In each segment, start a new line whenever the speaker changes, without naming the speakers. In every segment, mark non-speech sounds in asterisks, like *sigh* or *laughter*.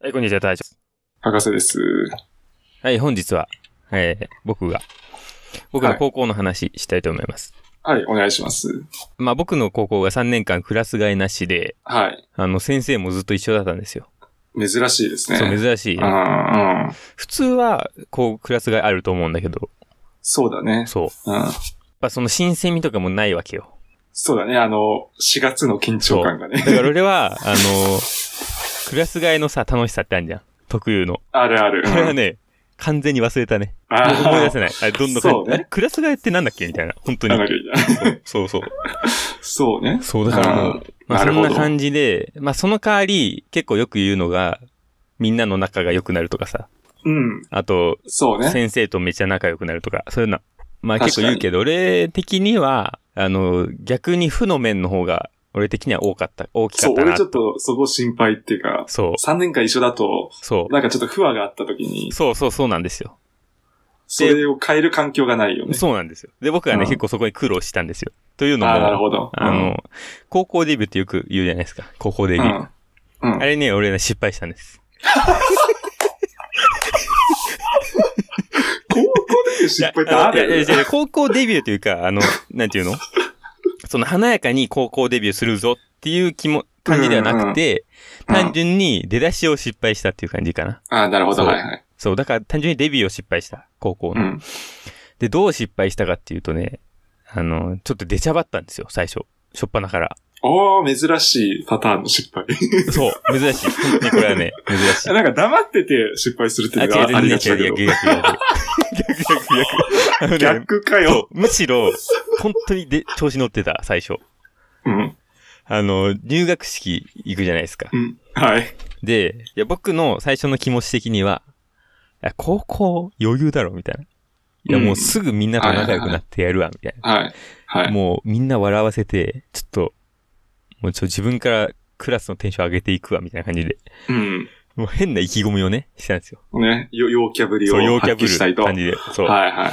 はい、こんにちは、大将。
博士です。
はい、本日は、えー、僕が、僕の
はい
高校の話したいと思います。
はい、お願いします。
まあ僕の高校が3年間クラス替えなしで、
はい。
あの先生もずっと一緒だったんですよ。
珍しいですね。
そう、
し
珍しい。
うん、うん。
普通は、こう、クラス替えあると思うんだけど、
そうだね。
そう。やっ
うん。
ぱその新鮮味とかもないわけよ。
そうだね。あの、4月の緊張感が
だか
ね。
ら俺
*laughs*
は、あの、クラス替えのさ、楽しさってあるじゃん。特有の。
あるある。う
あれは *laughs*
ん
ね、完全に忘れたね。
あー
思い出せない。あれ、どんどん
そうね
あれクラス替えってなんだっけみたいな。本当に
なん。だっけ
そうそう。
*laughs* そうね。
そう、だからも
う、
うんまあ
な
そ
る
ん
ほど
な感じで、まあその代わり、結構よく言うのが、みんなの仲が良くなるとかさ、
うん。
あと、
そうね。
先生とめっちゃ仲良くなるとか、そういうの、まあ
確
結構
かに
言うけど、俺的には、あの、逆に負の面の方が、俺的には多かった、大きか
そ
っ
う、
た
俺
な
ち。ょっとそこ心配っていうか、
そう、
3年間一緒だと、
そう、
なんかちょっと不和があった時に、
そうそう、そうなんですよ。
それを変える環境がないよね。
そうなんですよ。で、僕はね、
うん
結構そこに苦労したんですよ。というの
ああ、なる
も、
ほど。
あの、高校デビューってよく言うじゃないですか。高校デ
う
ビ
ん、
ュー。
うん。うん
あ。れね、俺ね、失敗したんです。
高校で失敗ってあ
いやいやい
る
やいや高校デビューというか、あ
*laughs*
の、なんていうのその華やかに高校デビューするぞっていう気も、感じではなくて、
うんうん
単純に出だしを失敗したっていう感じかな。
ああ、なるほ
そ
ど。
う
はいはい。
そう、だから単純にデビューを失敗した、高校
う
の。
ん。
で、どう失敗したかっていうとね、あの、ちょっと出ちゃばったんですよ、最初。初っ端から。
おー、珍しいパターンの失敗。
そう、珍しい。本当にこれはね、珍しい。
*laughs* なんか黙ってて失敗するって
あ、
い
違
うのは
う、
あ
違
り
う、違う、
がちだけ
違う、。違う、
ど
違う。逆、逆、逆。あのね
逆か
そ
よ。
うむしろ、本当にで調子乗ってた、最初。
うん。
あの、入学式行くじゃないですか。
うん。はい。
で、いや、僕の最初の気持ち的には、いや高校余裕だろ、みたいな。いや、
うん
もうすぐみんなと仲良くなってやるわ、みたい
はい。は
な。
い。
もうみんな笑わせて、ちょっと、もうちょ、自分からクラスのテンション上げていくわ、みたいな感じで。
うん。
もう変な意気込みをね、したんですよ。
ね、よ陽キャぶり
そう、
を
陽キ
発
ャブ
揮したい
ル
と。は
感
い
じで。そう。
はい。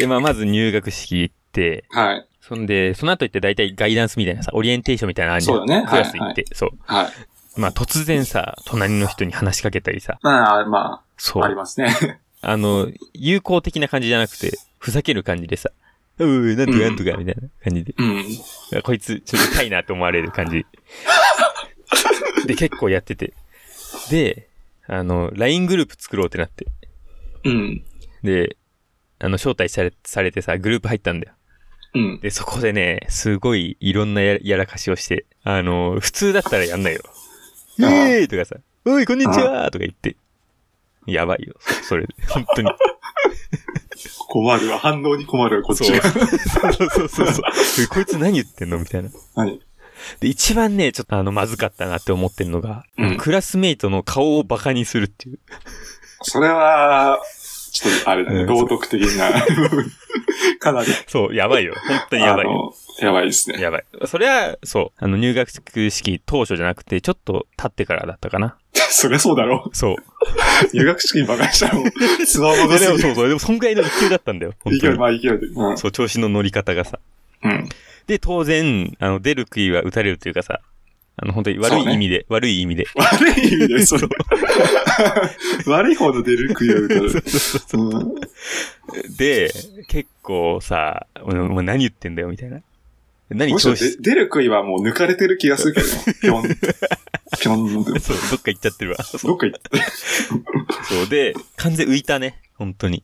で、まあ、まず入学式行って、
はい。
そんで、その後行って大体ガイダンスみたいなさ、オリエンテーションみたいなのあるじゃん
そうだね
クラス
はい
行って、そう。
はい。
まあ、突然さ、隣の人に話しかけたりさ、
まあ、ま
そ
あ、あり
う。
ますね。 *laughs*
あの、友好的な感じじゃなくて、ふざける感じでさ、うー、なんとかなんとか、みたいな感じで、
うん。
こいつ、ちょっと痛いなと思われる感
*laughs*
じ。で、結構やってて。で、あの、LINE グループ作ろうってなって。
うん。
で、あの、招待されされてさ、グループ入ったんだよ。
うん。
で、そこでね、すごいいろんなややらかしをして、あの、普通だったらやんないよ。
ああ
えーとかさ、おい、こんにちはとか言って。やばいよ、そそれ。本当に。
困るわ。反応に困るわ、こっ
そ
ち
う。
が。
そうそうそう *laughs* そう。こいつ何言ってんのみたいな。
何
で、一番ね、ちょっとあの、まずかったなって思ってるのが、
うん
クラスメイトの顔をバカにするっていう。
それは、ちょっと、あれだ
う
ね、
ん
道徳的
*laughs*
な。かなり、
そう、やばいよ。本当にやば
あ
いよ。
の、やばいですね。
やばい。それは、そう。あの、入学式当初じゃなくて、ちょっと経ってからだったかな。
そりゃそうだろ
そう。
う。 *laughs* 入学式に馬鹿にしたらもう、スマホ
いや
の
で
せ
も
い
そうそう。でも、そんぐらいの勢いだったんだよ。本当
勢い、
に。
まあ勢いで。うん。
そう、調子の乗り方がさ。
うん。
で、当然、あの、出る杭は打たれるというかさ、あの、本当に悪
そう
い
ね
意味で、悪い意味で。
悪い意味で、それ。 *laughs* 悪い方の出る杭を打たれる。うん
で、結構さ、お前お前何言ってんだよ、みたいな。何
むし
調
ろ
子
出、出る杭はもう抜かれてる気がするけ
*laughs*
どね。ぴょん。ぴょん。ど
そう、どっか行っちゃって
*laughs*
るわ。そう
っか行った。
そうで、完全浮いたね、本当に。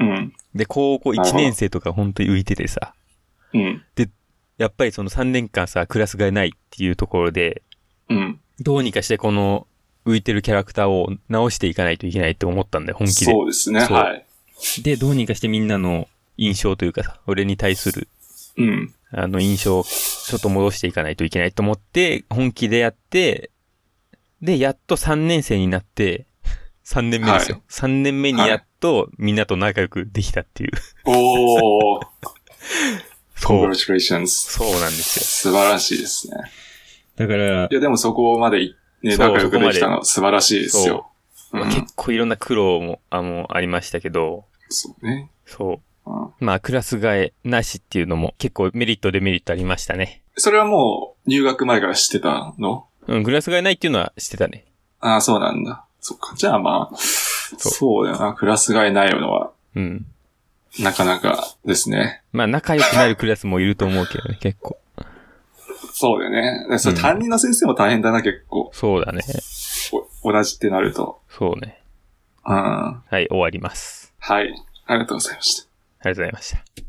うん。
で、高校
なる
1
ほど
年生とか本当に浮いててさ、
うん。
やっぱりその3年間さ、クラスがないっていうところで、
うん。
どうにかしてこの浮いてるキャラクターを直していかないといけないって思ったんだよ、本気で。
そうですね。
そう
はい。
で、どうにかしてみんなの印象というかさ、俺に対する
うん。
あの、印象をちょっと戻していかないといけないと思って、本気でやって、で、やっと3年生になって、3年 *laughs* 目ですよ。3
は
年目にやっと、みんなと仲良くできたっていう。
おー。
そ
congratulations.
そうなんですよ。
素晴らしいですね。
だから
い、や、でもそこまでい、ね、
そう
仲良くできたの素晴らしいですよ。う
まあ
ん。
結構いろんな苦労も、あ、もうありましたけど、
そうね。
そう。
うん。
まあ、クラス替えなしっていうのも結構メリットデメリットありましたね。
それはもう入学前から知ってたの
うん、クラス替えないっていうのはしてたね。
ああ、そうなんだ。そっか。じゃあまあ、そうだよな。クラス替えないのは、
うん。
なかなかですね。
まあ、仲良くなるクラスもいると思うけどね、結構。
そうだよね。でそれ
うん
担任の先生も大変だな、結構。
そうだね。
お同じってなると。
そうね。
うん。は
はい、終わります。
い。ありがとうございました。
ありがとうございました。